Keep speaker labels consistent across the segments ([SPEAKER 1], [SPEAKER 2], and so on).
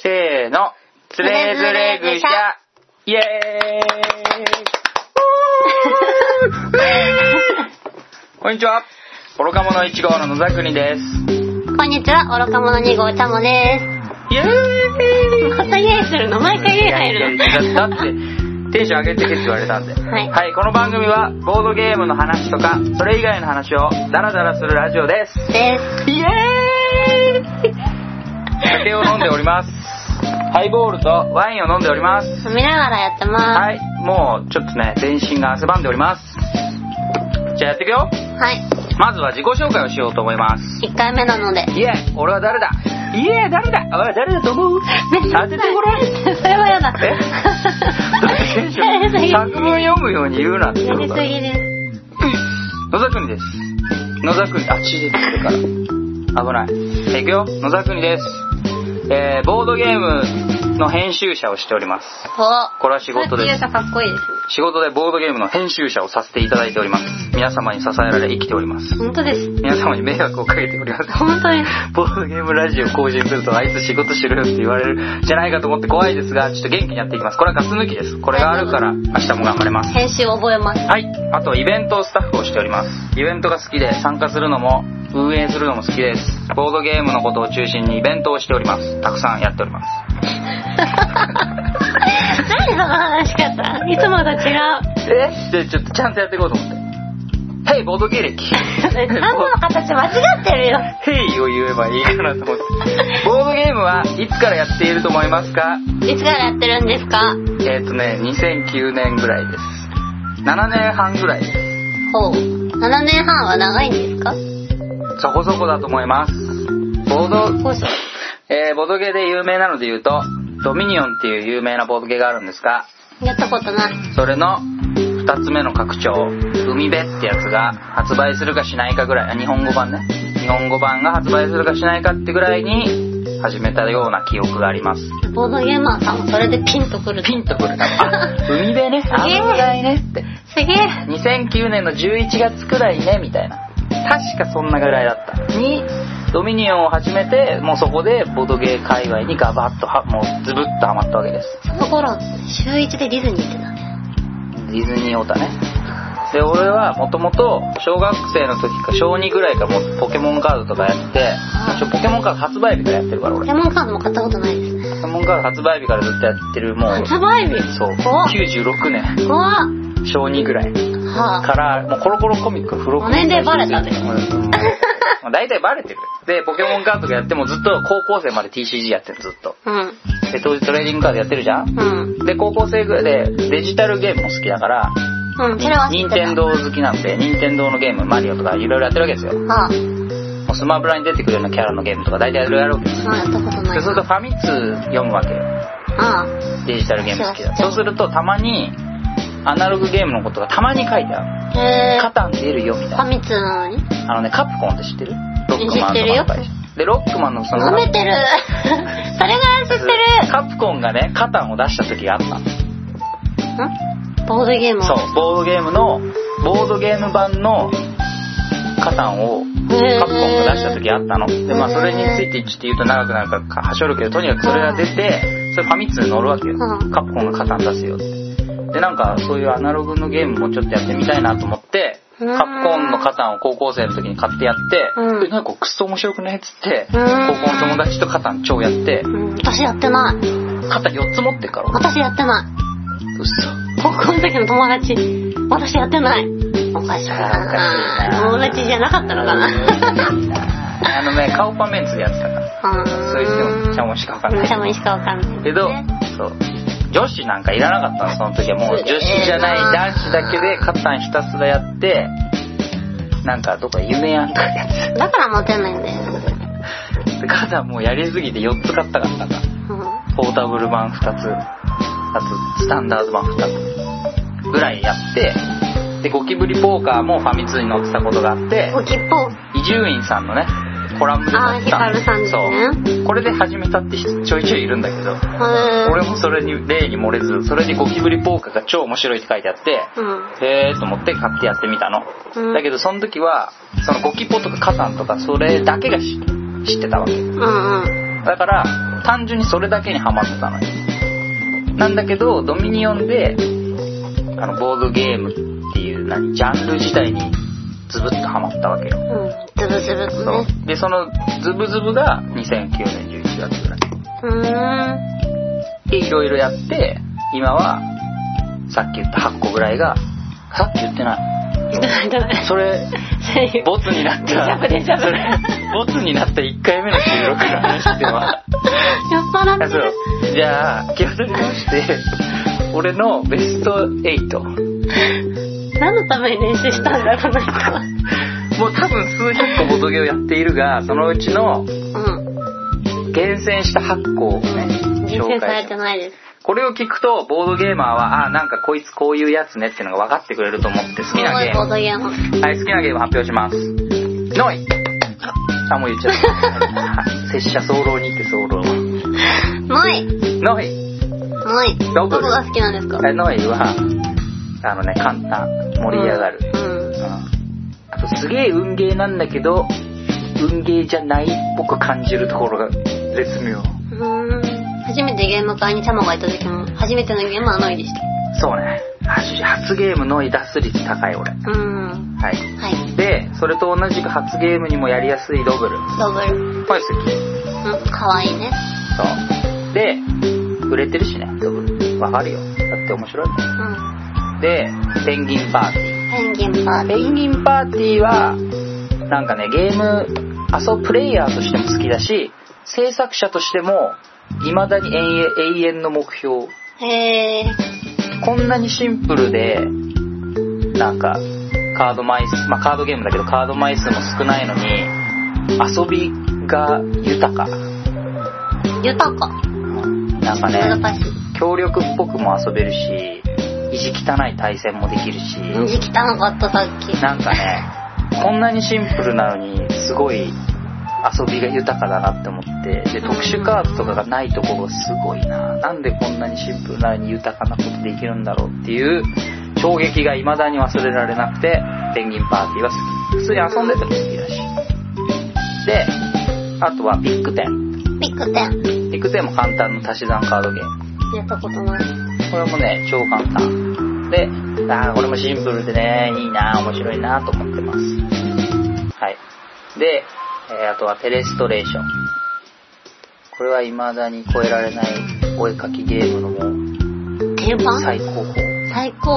[SPEAKER 1] せーの、つれづれぐしゃ、イエーイこんにちは、愚か者1号の野田国です。
[SPEAKER 2] こんにちは、愚か者2号ちゃもです。
[SPEAKER 1] イエーイ
[SPEAKER 2] またイエイするの毎回イエイ入る
[SPEAKER 1] いやいやいやだっ
[SPEAKER 2] の
[SPEAKER 1] て、テンション上げてけって言われたんで。
[SPEAKER 2] はい
[SPEAKER 1] この番組は、ボードゲームの話とか、それ以外の話をダラダラするラジオです。
[SPEAKER 2] です。
[SPEAKER 1] イエーイ酒を飲んでおります。ハイボールとワインを飲んでおります。
[SPEAKER 2] 飲みながらやってま
[SPEAKER 1] はい、もうちょっとね、全身が汗ばんでおります。じゃあやっていくよ。
[SPEAKER 2] す。はい。
[SPEAKER 1] まずは自己紹介をしようと思います。
[SPEAKER 2] 1回目なので。
[SPEAKER 1] イエイ俺は誰だイエイ誰だおい、誰だと思う当ててごらん。
[SPEAKER 2] それはやだ。
[SPEAKER 1] え
[SPEAKER 2] やりすぎ。や
[SPEAKER 1] 作文読むように言うなってこと
[SPEAKER 2] りす
[SPEAKER 1] だ
[SPEAKER 2] ぎです。
[SPEAKER 1] 野田国です。野田国、あ、地図出てるから。危ない。いくよ、野田国です。えー、ボードゲームの編集者をしております。
[SPEAKER 2] お
[SPEAKER 1] これは仕事です
[SPEAKER 2] さっき言うとかっこいいですね。
[SPEAKER 1] 仕事でボードゲームの編集者をさせていただいております。皆様に支えられ生きております。
[SPEAKER 2] 本当です。
[SPEAKER 1] 皆様に迷惑をかけております。
[SPEAKER 2] 本当です。
[SPEAKER 1] ボードゲームラジオ更新するとあいつ仕事しろよって言われるじゃないかと思って怖いですが、ちょっと元気にやっていきます。これはガス抜きです。これがあるから明日も頑張れます。
[SPEAKER 2] 編集覚えます。
[SPEAKER 1] はい。あと、イベントスタッフをしております。イベントが好きで、参加するのも、運営するのも好きです。ボードゲームのことを中心にイベントをしております。たくさんやっております。
[SPEAKER 2] 何その話し方いつもと違う。
[SPEAKER 1] えで、ちょっとちゃんとやっていこうと思って。ヘイ、ボード芸歴。
[SPEAKER 2] 何の形間違ってるよ。
[SPEAKER 1] ヘイを言えばいいかなと思って。ボードゲームはいつからやっていると思いますか
[SPEAKER 2] いつからやってるんですか
[SPEAKER 1] えっ、とね、2009年ぐらいです。7年半ぐらいです。
[SPEAKER 2] ほう。7年半は長いんですか
[SPEAKER 1] そこそこだと思います。ボード、
[SPEAKER 2] そうそう。
[SPEAKER 1] えー、ボードゲーで有名なので言うと、ドミニオンっていう有名なボードゲーがあるんですが、
[SPEAKER 2] やったことない。
[SPEAKER 1] それの2つ目の拡張、海辺ってやつが発売するかしないかぐらい、あ日本語版ね。日本語版が発売するかしないかってぐらいに始めたような記憶があります。
[SPEAKER 2] ボードゲーマーさんはそれでピンとくる。
[SPEAKER 1] ピンとくる。あ、 海辺ね。あの話題ねって。
[SPEAKER 2] すげえ。
[SPEAKER 1] 2009年の11月くらいねみたいな確かそんなぐらいだったにドミニオンを始めてもうそこでボードゲー界隈にガバッとはもうズブッとハマったわけです
[SPEAKER 2] その頃、週一でディズニー行ってたね。
[SPEAKER 1] ディズニーオタねで俺はもともと小学生の時か小2ぐらいからもうポケモンカードとかやっててちょポケモンカード発売日からやってるから
[SPEAKER 2] ポ
[SPEAKER 1] 俺
[SPEAKER 2] ケモンカードも買ったことないですね。
[SPEAKER 1] ポケモンカード発売日からずっとやってるもう
[SPEAKER 2] 発売日
[SPEAKER 1] そう
[SPEAKER 2] 怖っ
[SPEAKER 1] 96年
[SPEAKER 2] うわ
[SPEAKER 1] 小2ぐらい
[SPEAKER 2] はあ。
[SPEAKER 1] から、もうコロコロコミック、付録
[SPEAKER 2] お年齢バレたね
[SPEAKER 1] うんまあ大体バレてる。で、ポケモンカードがやってもずっと高校生まで TCG やってるずっと。
[SPEAKER 2] うん。
[SPEAKER 1] で、当時トレーディングカードやってるじゃん
[SPEAKER 2] うん。
[SPEAKER 1] で、高校生ぐらいでデジタルゲームも好きだから、
[SPEAKER 2] うん。それは知
[SPEAKER 1] 任
[SPEAKER 2] ってた。
[SPEAKER 1] 天堂好きなんで、任天堂のゲーム、マリオとかいろいろやってるわけですよ。
[SPEAKER 2] はあ。
[SPEAKER 1] もうスマブラに出てくるようなキャラのゲームとか大体いろいろやるわけです。
[SPEAKER 2] まあ、やったことな
[SPEAKER 1] で、
[SPEAKER 2] い
[SPEAKER 1] そうすると
[SPEAKER 2] な。
[SPEAKER 1] ファミ通読むわけよ。
[SPEAKER 2] ああ。
[SPEAKER 1] デジタルゲーム好きだ。
[SPEAKER 2] そ
[SPEAKER 1] そう
[SPEAKER 2] う
[SPEAKER 1] するとたまに、アナログゲームのことがたまに書いてある。
[SPEAKER 2] へえ。
[SPEAKER 1] カタン出るよみたい
[SPEAKER 2] フ
[SPEAKER 1] な。
[SPEAKER 2] ァミ通なのに
[SPEAKER 1] あのね、カプコンって知ってるロックマン
[SPEAKER 2] 知ってるよ
[SPEAKER 1] とかの会社で、ロックマンのその、
[SPEAKER 2] 舐めてるそれが知ってる
[SPEAKER 1] カプコンがね、カタンを出した時があったの。
[SPEAKER 2] んボードゲーム
[SPEAKER 1] そ
[SPEAKER 2] を
[SPEAKER 1] う、ボードゲームの、ボードゲーム版のカタンを、カプコンが出した時あったの。で、まあそれについてちょっと言うと長くなるからはしょるけど、とにかくそれが出て、それファミ通に乗るわけよ。
[SPEAKER 2] うん
[SPEAKER 1] カプコンがカタン出すよって。で、なんかそういうアナログのゲームもちょっとやってみたいなと思って、カプ
[SPEAKER 2] うん
[SPEAKER 1] コンのカタンを高校生の時に買ってやって、
[SPEAKER 2] うん
[SPEAKER 1] え、なんかクソ面白くないっつって、
[SPEAKER 2] うん
[SPEAKER 1] 高校の友達とカタン超やって、
[SPEAKER 2] うん、私やってない。
[SPEAKER 1] カタン4つ持ってるから、
[SPEAKER 2] 私やってない。
[SPEAKER 1] うっそ。
[SPEAKER 2] 高校の時の友達。私やってない。おかしいな。友達じゃなかったのかな。
[SPEAKER 1] あのね、顔パメンツでやってたから、そういう人もちゃんもしかわかん
[SPEAKER 2] うん
[SPEAKER 1] ない
[SPEAKER 2] ち。ゃんもしかわかんない。
[SPEAKER 1] けど
[SPEAKER 2] ね、
[SPEAKER 1] そう。女子なんかいらなかったの、その時は。もう
[SPEAKER 2] そうだ
[SPEAKER 1] 女
[SPEAKER 2] よね
[SPEAKER 1] 子じゃない男子だけでカタンひたすらやって、なんかどっか夢やんかやつ。
[SPEAKER 2] だからモテないんだよ。
[SPEAKER 1] でカタンもうやりすぎて4つ買ったからなんか。
[SPEAKER 2] うん
[SPEAKER 1] ポータブル版2つ、あとスタンダード版2つぐらいやって、で、ゴキブリポーカーもファミ通に載ってたことがあって、
[SPEAKER 2] おきっぽ。
[SPEAKER 1] 伊集院さんのねコラムで載ってた
[SPEAKER 2] あーヒカルさんですね
[SPEAKER 1] そうこれで始めたって人ちょいちょいいるんだけど
[SPEAKER 2] うん。
[SPEAKER 1] 俺もそれに例に漏れずそれにゴキブリポーカーが超面白いって書いてあって
[SPEAKER 2] うん。
[SPEAKER 1] へえーと思って買ってやってみたの、
[SPEAKER 2] うん
[SPEAKER 1] だけどその時はそのゴキポとかカタンとかそれだけがし知ってたわけ
[SPEAKER 2] うんうん。
[SPEAKER 1] だから単純にそれだけにハマってたのよなんだけどドミニオンであのボードゲームっていう何ジャンル自体にズブッとハマったわけよ
[SPEAKER 2] うん。ズブズブ
[SPEAKER 1] そ
[SPEAKER 2] ね。
[SPEAKER 1] うでそのズブズブが2009年11月ぐらいう
[SPEAKER 2] ー
[SPEAKER 1] でいろいろやって今はさっき言った8個ぐらいがさっき言ってない
[SPEAKER 2] ん。いただいただい。
[SPEAKER 1] それ
[SPEAKER 2] れ
[SPEAKER 1] ボツになった
[SPEAKER 2] でしゃぶでしゃぶ
[SPEAKER 1] それボツになった1回目の収録の話では
[SPEAKER 2] 酔っ払って
[SPEAKER 1] そう
[SPEAKER 2] る。
[SPEAKER 1] じゃあ気を取り直して俺のベスト8
[SPEAKER 2] 何のために練習したんだろう、この人は。
[SPEAKER 1] もう多分数百個ボトゲをやっているがそのうちの
[SPEAKER 2] うん。
[SPEAKER 1] 厳選した8個をね
[SPEAKER 2] 人
[SPEAKER 1] 紹
[SPEAKER 2] 生さ
[SPEAKER 1] 介し
[SPEAKER 2] れ
[SPEAKER 1] て
[SPEAKER 2] てないです。
[SPEAKER 1] これを聞くとボードゲーマーはあなんかこいつこういうやつねっていうのが分かってくれると思って好
[SPEAKER 2] す
[SPEAKER 1] き
[SPEAKER 2] ご
[SPEAKER 1] なゲ
[SPEAKER 2] い
[SPEAKER 1] ーム
[SPEAKER 2] ボードゲーム。
[SPEAKER 1] はい、好きなゲーム発表します。ノイあ、もう言っちゃった。 拙者早漏にって早漏。
[SPEAKER 2] ノイ
[SPEAKER 1] ノイ
[SPEAKER 2] ノイ
[SPEAKER 1] ロ
[SPEAKER 2] ど
[SPEAKER 1] ブ
[SPEAKER 2] こが好きなんですか
[SPEAKER 1] えノイは、あのね、簡単。盛り上がる。うん
[SPEAKER 2] うん。
[SPEAKER 1] あと、すげえ運ゲーなんだけど、運ゲーじゃないっぽく感じるところが絶妙。
[SPEAKER 2] うん。初めてゲーム会にチャマがいた時も、初めてのゲームはノイでした。
[SPEAKER 1] そうね。初初ゲームノイ脱率高い俺。
[SPEAKER 2] うん。
[SPEAKER 1] はい。
[SPEAKER 2] はい。
[SPEAKER 1] で、それと同じく初ゲームにもやりやすいロブル。
[SPEAKER 2] ロブル。
[SPEAKER 1] これ好き。
[SPEAKER 2] うん。かわいいね。
[SPEAKER 1] そう。で、売れてるしね、ドブル。わかるよ。だって面白いもん。
[SPEAKER 2] うん。
[SPEAKER 1] で、ペンギンパーティ
[SPEAKER 2] ペンギンパ
[SPEAKER 1] ー。
[SPEAKER 2] ーテ
[SPEAKER 1] ペ
[SPEAKER 2] ィー。
[SPEAKER 1] ンギンパーティーは、なんかね、ゲーム、アソプレイヤーとしても好きだし、制作者としても、未だに永遠永遠の目標。
[SPEAKER 2] へー。
[SPEAKER 1] こんなにシンプルで、なんか、カード枚数、まあカードゲームだけど、カード枚数も少ないのに、遊びが豊か。
[SPEAKER 2] 豊か。
[SPEAKER 1] なんかね、
[SPEAKER 2] 難しい。
[SPEAKER 1] 協力っぽくも遊べるし意地汚い対戦もできるし、
[SPEAKER 2] 字汚かったさっき。
[SPEAKER 1] なんかねこんなにシンプルなのにすごい遊びが豊かだなって思ってで特殊カードとかがないところがすごいななんでこんなにシンプルなのに豊かなことできるんだろうっていう衝撃が未だに忘れられなくてペンギンパーティーは好き普通に遊んでても好きだしであとはビッグテン
[SPEAKER 2] ビッグテン。
[SPEAKER 1] ビッグテンも簡単な足し算カードゲーム
[SPEAKER 2] やったことない。
[SPEAKER 1] これもね、超簡単。で、ああ、これもシンプルでね、いいな、面白いなと思ってます。はい。で、えーあとはテレストレーション。これは未だに超えられないお絵かきゲームのもう
[SPEAKER 2] 定番
[SPEAKER 1] 最高峰。
[SPEAKER 2] 最高。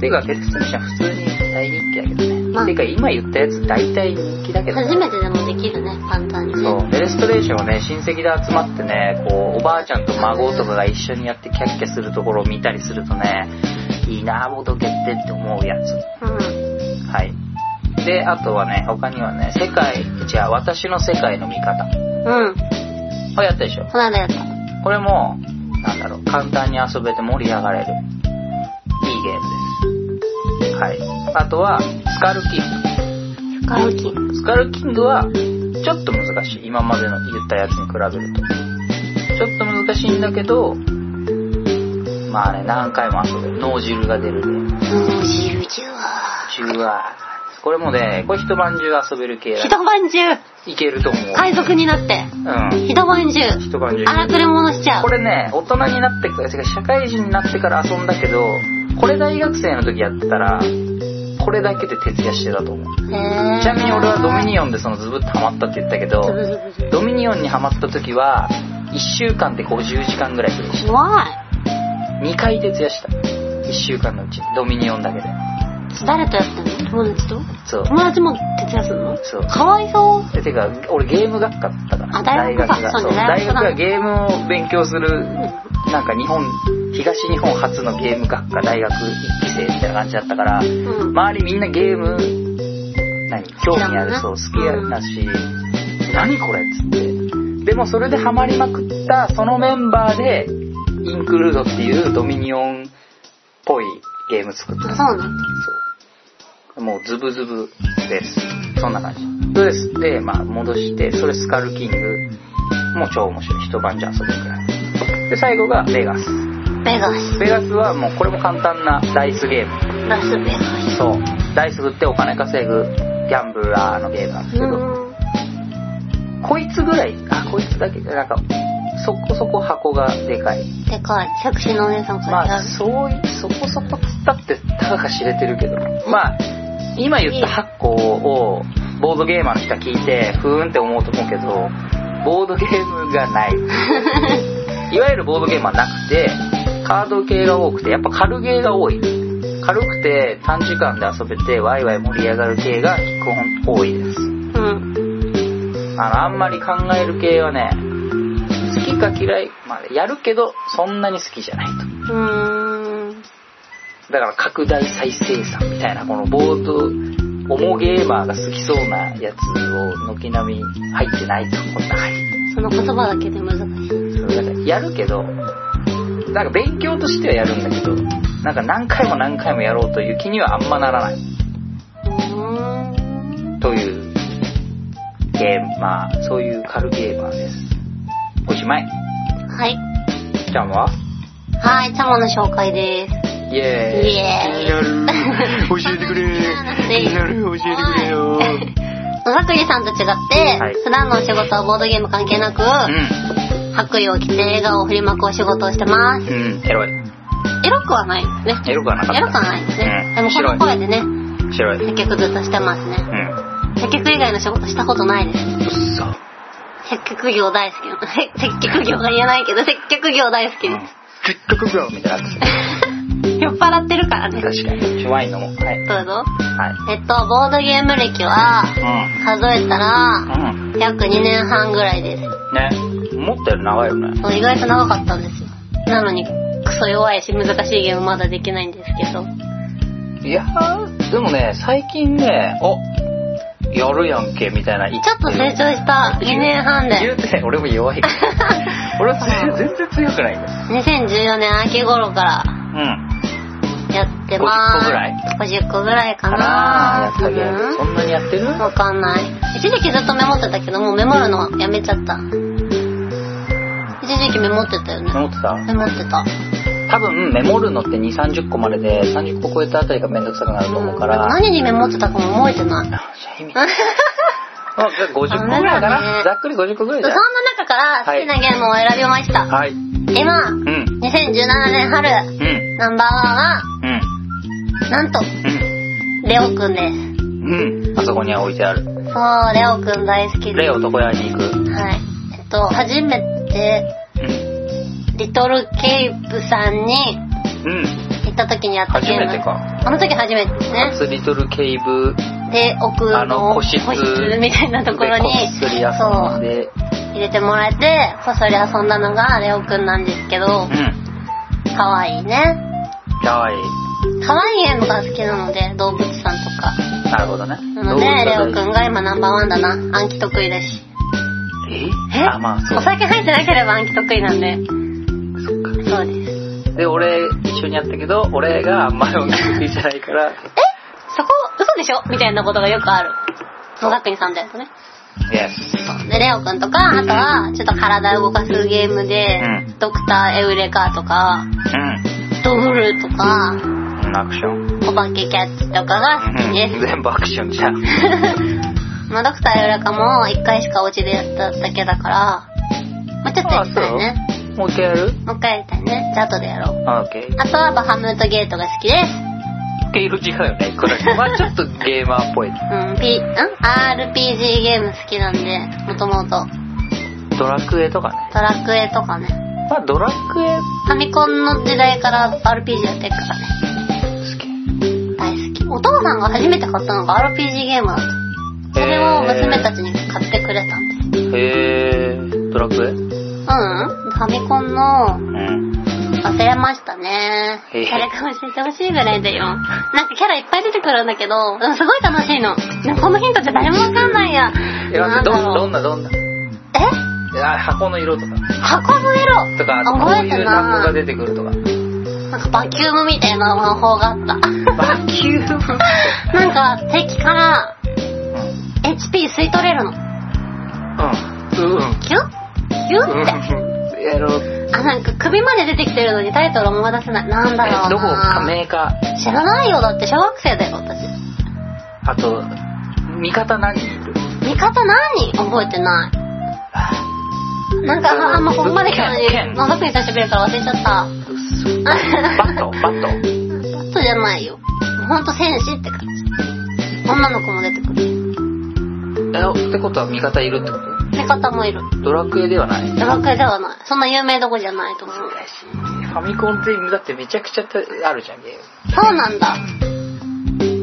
[SPEAKER 1] ていうか、テレストレーション普通に大人気だけどね。
[SPEAKER 2] まあ
[SPEAKER 1] ていうか、今言ったやつ大体人気だけどね、
[SPEAKER 2] 初めてでもできるね、簡単にね。
[SPEAKER 1] そう、テレストレーションをね、親戚で集まってね、こう、おばあちゃんと孫とかが一緒にやってキャッキャするところを見たりするとね、いいなぁ、ボドゲってって思うやつ。
[SPEAKER 2] うん。
[SPEAKER 1] はい。で、あとはね、他にはね、世界、違う、私の世界の見方
[SPEAKER 2] うん。
[SPEAKER 1] をやったでしょ。
[SPEAKER 2] この間やった。
[SPEAKER 1] これも、なんだろう、簡単に遊べて盛り上がれる。いいゲームです。はい。あとは、スカルキング。
[SPEAKER 2] スカルキン。
[SPEAKER 1] スカルキングは、ちょっと難しい。今までの言ったやつに比べると。ちょっと難しいんだけど、まあね、何回も遊べる。脳汁が出るゲーム。
[SPEAKER 2] うん、汁じゅわ。
[SPEAKER 1] 中は、これもね、これ一晩中遊べる系だ
[SPEAKER 2] ひ。とまんじゅう。
[SPEAKER 1] いけると思う。
[SPEAKER 2] 海賊になって。
[SPEAKER 1] うん。
[SPEAKER 2] ひとまんじゅう。
[SPEAKER 1] 一晩中。
[SPEAKER 2] 荒くれ者しちゃう
[SPEAKER 1] こ。れね、大人になってから、てか社会人になってから遊んだけど、これ大学生の時やってたら、これだけで徹夜してたと思う。
[SPEAKER 2] ちな
[SPEAKER 1] ちなみに俺はドミニ
[SPEAKER 2] オ
[SPEAKER 1] オンでそのズブッとハマったって言ったけど、ドミニオンにハマった時は、1週間で50時間ぐらいプレイした。
[SPEAKER 2] 怖い。
[SPEAKER 1] 2回徹夜した。1週間のうち、ドミニオンだけで。
[SPEAKER 2] 誰とやってんの友達と
[SPEAKER 1] そう。
[SPEAKER 2] 友達も徹夜するの
[SPEAKER 1] そう
[SPEAKER 2] かわいそう。
[SPEAKER 1] でてか、俺ゲーム学科だったから。
[SPEAKER 2] あ大学か
[SPEAKER 1] が。
[SPEAKER 2] そうね
[SPEAKER 1] そう大
[SPEAKER 2] 大
[SPEAKER 1] 学
[SPEAKER 2] 学だ
[SPEAKER 1] がゲームを勉強するなんか日本、東日本初のゲーム学科大学一期生みたいな感じだったから、
[SPEAKER 2] うん。
[SPEAKER 1] 周りみんなゲーム、何興味ある、そう、好
[SPEAKER 2] 好
[SPEAKER 1] き
[SPEAKER 2] き
[SPEAKER 1] や
[SPEAKER 2] だもんね
[SPEAKER 1] だし、何これっつって。でもそれでハマりまくった、そのメンバーで、インクルードっていうドミニオンっぽいゲーム作った。
[SPEAKER 2] そうね。
[SPEAKER 1] そう。もうズブズブです。そんな感じ。そうです。で、まあ戻して、それスカルキング、もう超面白い。一晩じゃ遊ぶくらい。で、最後がベガス。
[SPEAKER 2] ベガス。
[SPEAKER 1] ベガスはもうこれも簡単なダイスゲーム。
[SPEAKER 2] ラスベガス。
[SPEAKER 1] そう。ダイス振ってお金稼ぐギャンブラーのゲームなんですけど、
[SPEAKER 2] うん。
[SPEAKER 1] こいつぐらい、あ、こいつだけじゃなんか、そこそこ箱がでかい。
[SPEAKER 2] でかい。作詞のお姉さん書いて
[SPEAKER 1] ま
[SPEAKER 2] あ
[SPEAKER 1] あ、
[SPEAKER 2] る。
[SPEAKER 1] そうい、そこそこっつったって、たかが知れてるけど。まあ、今言った8個を、ボードゲーマーの人は聞いて、ふーんって思うと思うけど、ボードゲームがない。いわゆるボードゲームはなくて、カード系が多くて、やっぱ軽ゲーが多い。軽くて短時間で遊べて、ワイワイ盛り上がる系が基本多いです。
[SPEAKER 2] うん。
[SPEAKER 1] あの、あんまり考える系はね、好きか嫌い、まあ、やるけど、そんなに好きじゃないと。
[SPEAKER 2] うーん。
[SPEAKER 1] だから拡大再生産みたいな、このボード、重ゲーマーが好きそうなやつを軒並み入ってないと、この中に。
[SPEAKER 2] その言葉だけで難しい。
[SPEAKER 1] そうだからやるけど、なんか勉強としてはやるんだけど、なんか何回も何回もやろうという気にはあんまならないう
[SPEAKER 2] ーん。
[SPEAKER 1] というゲーマー、そういう軽ゲーマーです。おしまい。
[SPEAKER 2] はい。
[SPEAKER 1] ちゃんは
[SPEAKER 2] はい、チャモの紹介です。
[SPEAKER 1] イエーイ
[SPEAKER 2] イエーイ
[SPEAKER 1] 気になる教えてくれ気になる教えてくれよ
[SPEAKER 2] 野田栗さんと違って、
[SPEAKER 1] はい
[SPEAKER 2] 普段のお仕事はボードゲーム関係なく、白衣を着て笑顔を振りまくお仕事をしてま
[SPEAKER 1] う
[SPEAKER 2] す。
[SPEAKER 1] ん、うん、エロい。
[SPEAKER 2] エロくはないですね。
[SPEAKER 1] エロくはなかった。
[SPEAKER 2] エロくはないですね。
[SPEAKER 1] うん
[SPEAKER 2] でもこの声でね、
[SPEAKER 1] 白い。うん。
[SPEAKER 2] 接客ずっとしてますね。接客以外の仕事したことないです。
[SPEAKER 1] うっそ。
[SPEAKER 2] 接客業大好きな。 接客業が言えないけど、接客業大好きで
[SPEAKER 1] 結局ブロみたいな。
[SPEAKER 2] す。 酔っ払ってるからね。
[SPEAKER 1] 確かに。ちょ、ワイン飲もう。はい。
[SPEAKER 2] どうぞ。
[SPEAKER 1] はい。
[SPEAKER 2] えっと、ボードゲーム歴は、数えたら、
[SPEAKER 1] うん。うん。
[SPEAKER 2] 約2年半ぐらいです。
[SPEAKER 1] ね。思ったより長いよね。
[SPEAKER 2] そう意外と長かったんですよ。なのに、クソ弱いし難しいゲームまだできないんですけど。
[SPEAKER 1] いやー、でもね、最近ね、おやるやんけ、みたいな。ちょ
[SPEAKER 2] ちょっと成長した2年半
[SPEAKER 1] 言
[SPEAKER 2] で
[SPEAKER 1] う、て、俺も弱い けど。俺は全然強くないんです。
[SPEAKER 2] 2014年秋頃から
[SPEAKER 1] うん。
[SPEAKER 2] やってまーす。50個ぐらいか
[SPEAKER 1] かなーや
[SPEAKER 2] な
[SPEAKER 1] った
[SPEAKER 2] う
[SPEAKER 1] け
[SPEAKER 2] ん
[SPEAKER 1] ど、そんなにやってる
[SPEAKER 2] わかんない。一時期ずっとメモってたけど、もうメモるのやめちゃった。一時期メモってたよね。
[SPEAKER 1] メモってた
[SPEAKER 2] メモってた。
[SPEAKER 1] 多分メモるのって2、30個までで、30個超えたあたりがめんどくさくなると思うから。
[SPEAKER 2] うん何にメモってたかも覚え てない。
[SPEAKER 1] あじゃあ意味ないまあじゃあ50個ぐらいか
[SPEAKER 2] ダメだ
[SPEAKER 1] な。
[SPEAKER 2] ね
[SPEAKER 1] ざっくり50個ぐらい
[SPEAKER 2] そん
[SPEAKER 1] じ
[SPEAKER 2] な
[SPEAKER 1] ゃん。
[SPEAKER 2] 中から好きなゲームを選びました。
[SPEAKER 1] はい。う
[SPEAKER 2] 今、
[SPEAKER 1] ん。
[SPEAKER 2] 2017年春、
[SPEAKER 1] うん。
[SPEAKER 2] ナンバーワンは、
[SPEAKER 1] うん。
[SPEAKER 2] なんと、レオくんで
[SPEAKER 1] う
[SPEAKER 2] す。
[SPEAKER 1] ん。うん。あそこには置いてある。
[SPEAKER 2] そう、レオくん大好きです。
[SPEAKER 1] レオ床屋に行く。
[SPEAKER 2] はい。えっと、初めて、
[SPEAKER 1] うん。
[SPEAKER 2] リトルケイプさんに
[SPEAKER 1] うん。
[SPEAKER 2] 行った時にやった
[SPEAKER 1] 初
[SPEAKER 2] ゲーム。
[SPEAKER 1] めてか。
[SPEAKER 2] あの時初めてですね。
[SPEAKER 1] 初リトルケイブ、
[SPEAKER 2] で、奥
[SPEAKER 1] あの、
[SPEAKER 2] の
[SPEAKER 1] 個室。
[SPEAKER 2] みたいなところに、
[SPEAKER 1] でこっそり遊ん
[SPEAKER 2] そう、
[SPEAKER 1] で。
[SPEAKER 2] 入れてもらえて、こっそり遊んだのがレオくんなんですけど、
[SPEAKER 1] うん。
[SPEAKER 2] かわいいね。
[SPEAKER 1] かわいい。
[SPEAKER 2] かわいいゲームが好きなので、動物さんとか。
[SPEAKER 1] なるほどね。
[SPEAKER 2] なので、レオくんが今ナンバーワンだな。暗記得意だし。
[SPEAKER 1] え
[SPEAKER 2] え
[SPEAKER 1] あ、まあそ
[SPEAKER 2] お
[SPEAKER 1] う。
[SPEAKER 2] 酒入ってなければ暗記得意なんで。そうです。
[SPEAKER 1] で、俺、一緒にやったけど、俺があんまり大きいじゃないから、
[SPEAKER 2] えそこ、嘘でしょみたいなことがよくある。野田国さんだよね。
[SPEAKER 1] Yes。
[SPEAKER 2] で、レオくんとか、あとは、ちょっと体動かすゲームで、
[SPEAKER 1] うん
[SPEAKER 2] ドクターエウレカとか、
[SPEAKER 1] う
[SPEAKER 2] ドブルとか、
[SPEAKER 1] ん。アクション。
[SPEAKER 2] お化けキャッチとかが好きです。
[SPEAKER 1] 全部アクションじゃん。
[SPEAKER 2] まあ、ドクターエウレカも一回しかお家でやっただけだから、もうちょっとやりたいね。
[SPEAKER 1] もう一回やる
[SPEAKER 2] もう一回やりたいね。じゃあ後でやろう。
[SPEAKER 1] あ、オッケー。
[SPEAKER 2] あとはバハムートゲートが好きです。
[SPEAKER 1] 毛色違うよね。 これ、まあちょっとゲーマーっぽい。
[SPEAKER 2] うん、P、ん ?RPG ゲーム好きなんで、もともと。
[SPEAKER 1] ドラクエとかね。
[SPEAKER 2] ドラクエとかね。
[SPEAKER 1] まあドラクエ
[SPEAKER 2] ファミコンの時代から RPG やってるからね。
[SPEAKER 1] 好き。
[SPEAKER 2] 大好き。お父さんが初めて買ったのが RPG ゲームだった。それを娘たちに買ってくれたんです。
[SPEAKER 1] へー、ドラクエう
[SPEAKER 2] うんうんファミコンの
[SPEAKER 1] ん。
[SPEAKER 2] 忘れましたね。
[SPEAKER 1] へえ
[SPEAKER 2] 誰か教えてほしいぐらいだよ。なんかキャラいっぱい出てくるんだけど、うんすごい楽しいの。でもこのヒントって誰もわかんないや。
[SPEAKER 1] え、
[SPEAKER 2] な
[SPEAKER 1] 待っ
[SPEAKER 2] ん
[SPEAKER 1] て、
[SPEAKER 2] だ
[SPEAKER 1] どん、どん
[SPEAKER 2] ろう。
[SPEAKER 1] な、どんな。
[SPEAKER 2] え
[SPEAKER 1] あ、箱の色とか。
[SPEAKER 2] 箱の色
[SPEAKER 1] とか、あとこ
[SPEAKER 2] 覚
[SPEAKER 1] う
[SPEAKER 2] え
[SPEAKER 1] い
[SPEAKER 2] て
[SPEAKER 1] う
[SPEAKER 2] ない
[SPEAKER 1] 単語が出てくるとか。
[SPEAKER 2] なんかバキュームみたいな魔法があ った。
[SPEAKER 1] バキューム
[SPEAKER 2] なんか敵から
[SPEAKER 1] うん。
[SPEAKER 2] HP 吸い取れるの。
[SPEAKER 1] うん。うん。
[SPEAKER 2] キュッキュッって。
[SPEAKER 1] うん。やろう。
[SPEAKER 2] あ、なんか首まで出てきてるのにタイトル思い出せない。なんだろうな。
[SPEAKER 1] えどこかメーカー。
[SPEAKER 2] 知らないよ。だって小学生だよ、私。
[SPEAKER 1] あと、味方何人いる
[SPEAKER 2] 味方何覚えてない。なんか、ああ、もうここまで来たのに、
[SPEAKER 1] 剣
[SPEAKER 2] 長くにさせてくれるから忘れちゃった。
[SPEAKER 1] バットバット
[SPEAKER 2] バットじゃないよ。ほんと戦士って感じ。女の子も出てくる。
[SPEAKER 1] えってことは味方いるってこ
[SPEAKER 2] 味方もいる。
[SPEAKER 1] とドラクエではない
[SPEAKER 2] ドラクエではない。そんな有名どこじゃないと思う。
[SPEAKER 1] ファミコンってだってめちゃくちゃあるじゃんゲーム
[SPEAKER 2] そうなんだ。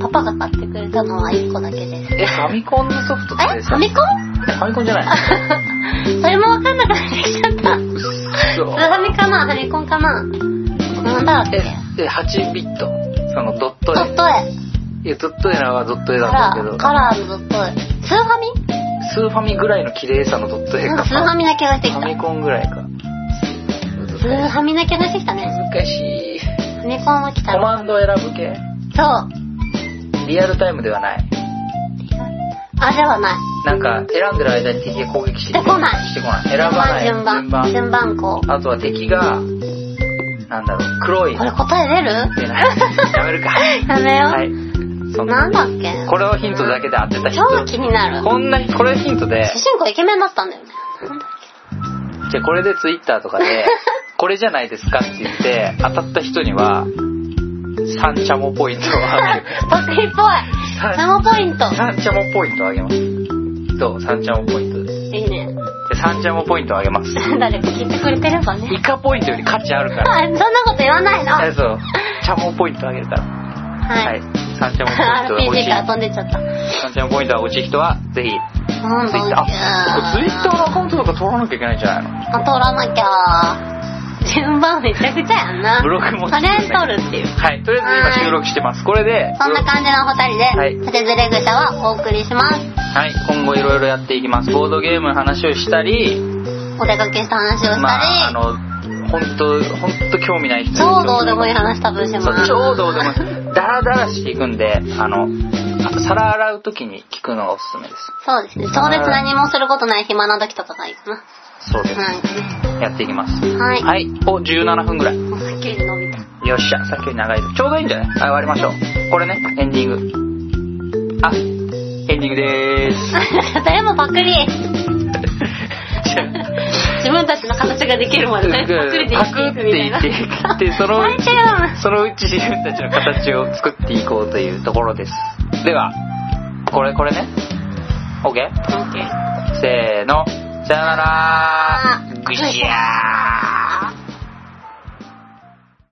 [SPEAKER 2] パパが買ってくれたのは1個だけです。
[SPEAKER 1] えファミコンのソフトっ
[SPEAKER 2] え
[SPEAKER 1] て
[SPEAKER 2] ファ
[SPEAKER 1] さ
[SPEAKER 2] ミコン
[SPEAKER 1] えファミコンじゃない
[SPEAKER 2] それもわかんなくなってきちゃった。
[SPEAKER 1] うっ そ
[SPEAKER 2] スーファミかなファミコンかななんだっけ
[SPEAKER 1] えで8ビットそのドッ
[SPEAKER 2] ド
[SPEAKER 1] ト
[SPEAKER 2] ッ
[SPEAKER 1] 絵
[SPEAKER 2] ト絵。
[SPEAKER 1] いやドット絵なのはドット絵
[SPEAKER 2] カ
[SPEAKER 1] なん
[SPEAKER 2] ラ
[SPEAKER 1] だけ
[SPEAKER 2] ー、
[SPEAKER 1] ど
[SPEAKER 2] カラーのドット絵。スーファミ
[SPEAKER 1] スーファミぐらいの綺麗さのドット絵
[SPEAKER 2] なん
[SPEAKER 1] か
[SPEAKER 2] かスーファミな気がしてき
[SPEAKER 1] フ
[SPEAKER 2] た
[SPEAKER 1] ァ。ミコンぐらいか
[SPEAKER 2] スーファミな気がしてきたね。
[SPEAKER 1] 難しい
[SPEAKER 2] ファミコンは来た
[SPEAKER 1] コ
[SPEAKER 2] ら。
[SPEAKER 1] マンド選ぶ系
[SPEAKER 2] そう。
[SPEAKER 1] リアルタイムではない
[SPEAKER 2] あ、ではない。
[SPEAKER 1] なんか選んでる間に敵が攻撃して
[SPEAKER 2] してこない
[SPEAKER 1] してこない選ばない
[SPEAKER 2] 順番、順番。順番こう。
[SPEAKER 1] あとは敵がなんだろう黒い
[SPEAKER 2] これ答え出る
[SPEAKER 1] 出ないやめるか
[SPEAKER 2] やめよう。
[SPEAKER 1] はいそん
[SPEAKER 2] なんだっけ
[SPEAKER 1] これをヒントだけで当てた人
[SPEAKER 2] 超気になる。
[SPEAKER 1] こんなこれヒントで
[SPEAKER 2] 主人公イケメンだったんだよね。
[SPEAKER 1] じゃあこれでツイッターとか でこれじゃないですかって言って当たった人には三チャモポイントをあげる
[SPEAKER 2] 得意っぽい。ナモポイント。
[SPEAKER 1] 三チャモポイントをあげますどう三チャモポイントです
[SPEAKER 2] いいね。
[SPEAKER 1] で三チャモポイントをあげます
[SPEAKER 2] 誰か聞いてくれてればね
[SPEAKER 1] イ。カポイントより価値あるから
[SPEAKER 2] あそんなこと言わないの。は。
[SPEAKER 1] えそうチャモポイントあげるからはいい三チャモポイントが欲し
[SPEAKER 2] RPG
[SPEAKER 1] い
[SPEAKER 2] から飛んでっちゃった。
[SPEAKER 1] 三チャモポイントが欲しい人はぜひ
[SPEAKER 2] な
[SPEAKER 1] ツイッターあツイッターのアカウントとか取らなきゃいけないんじゃないの
[SPEAKER 2] あ、取らなきゃ。順番めちゃくちゃやんな。
[SPEAKER 1] ブログも
[SPEAKER 2] と
[SPEAKER 1] 作
[SPEAKER 2] り
[SPEAKER 1] るね
[SPEAKER 2] あえず取るっていう。
[SPEAKER 1] はいとりあえず今収録してますこれで
[SPEAKER 2] そんな感じのお二人で、
[SPEAKER 1] はい
[SPEAKER 2] 縦ずれ草はお送りします。
[SPEAKER 1] はい、今後いろいろやっていきます。ボードゲームの話をしたり、
[SPEAKER 2] お出かけした話をしたり、
[SPEAKER 1] まあ、あの、本当本当興味ない人に
[SPEAKER 2] 超どうでもいい話多分し
[SPEAKER 1] そう
[SPEAKER 2] ます。
[SPEAKER 1] 超どうでもいい。ダラダラしていくんで、あの、あの皿洗う時に聞くのがおすすめです。
[SPEAKER 2] そうですね。そうです。何もすることない暇な時とかがいいかな。
[SPEAKER 1] そうです。
[SPEAKER 2] なんかね。
[SPEAKER 1] やっていきます。
[SPEAKER 2] はい。
[SPEAKER 1] はい、お、17分ぐらい。
[SPEAKER 2] もうすっきり伸びた。
[SPEAKER 1] よっしゃ、さっきより長いぞちょうどいいんじゃないはい、終わりましょう。これね、エンディング。あ、エンディングでーす。
[SPEAKER 2] 誰もパク リ。自分たちの形ができるまでね。パクリで
[SPEAKER 1] パクって
[SPEAKER 2] い
[SPEAKER 1] 言
[SPEAKER 2] っ
[SPEAKER 1] ってて
[SPEAKER 2] いくみたいな。
[SPEAKER 1] でそ の
[SPEAKER 2] 泣いちゃ う。
[SPEAKER 1] そのうち自分たちの形を作っていこうというところです。では、これこれね。OK?
[SPEAKER 2] オッケー。
[SPEAKER 1] せーの。さよなら。ぐしゃー。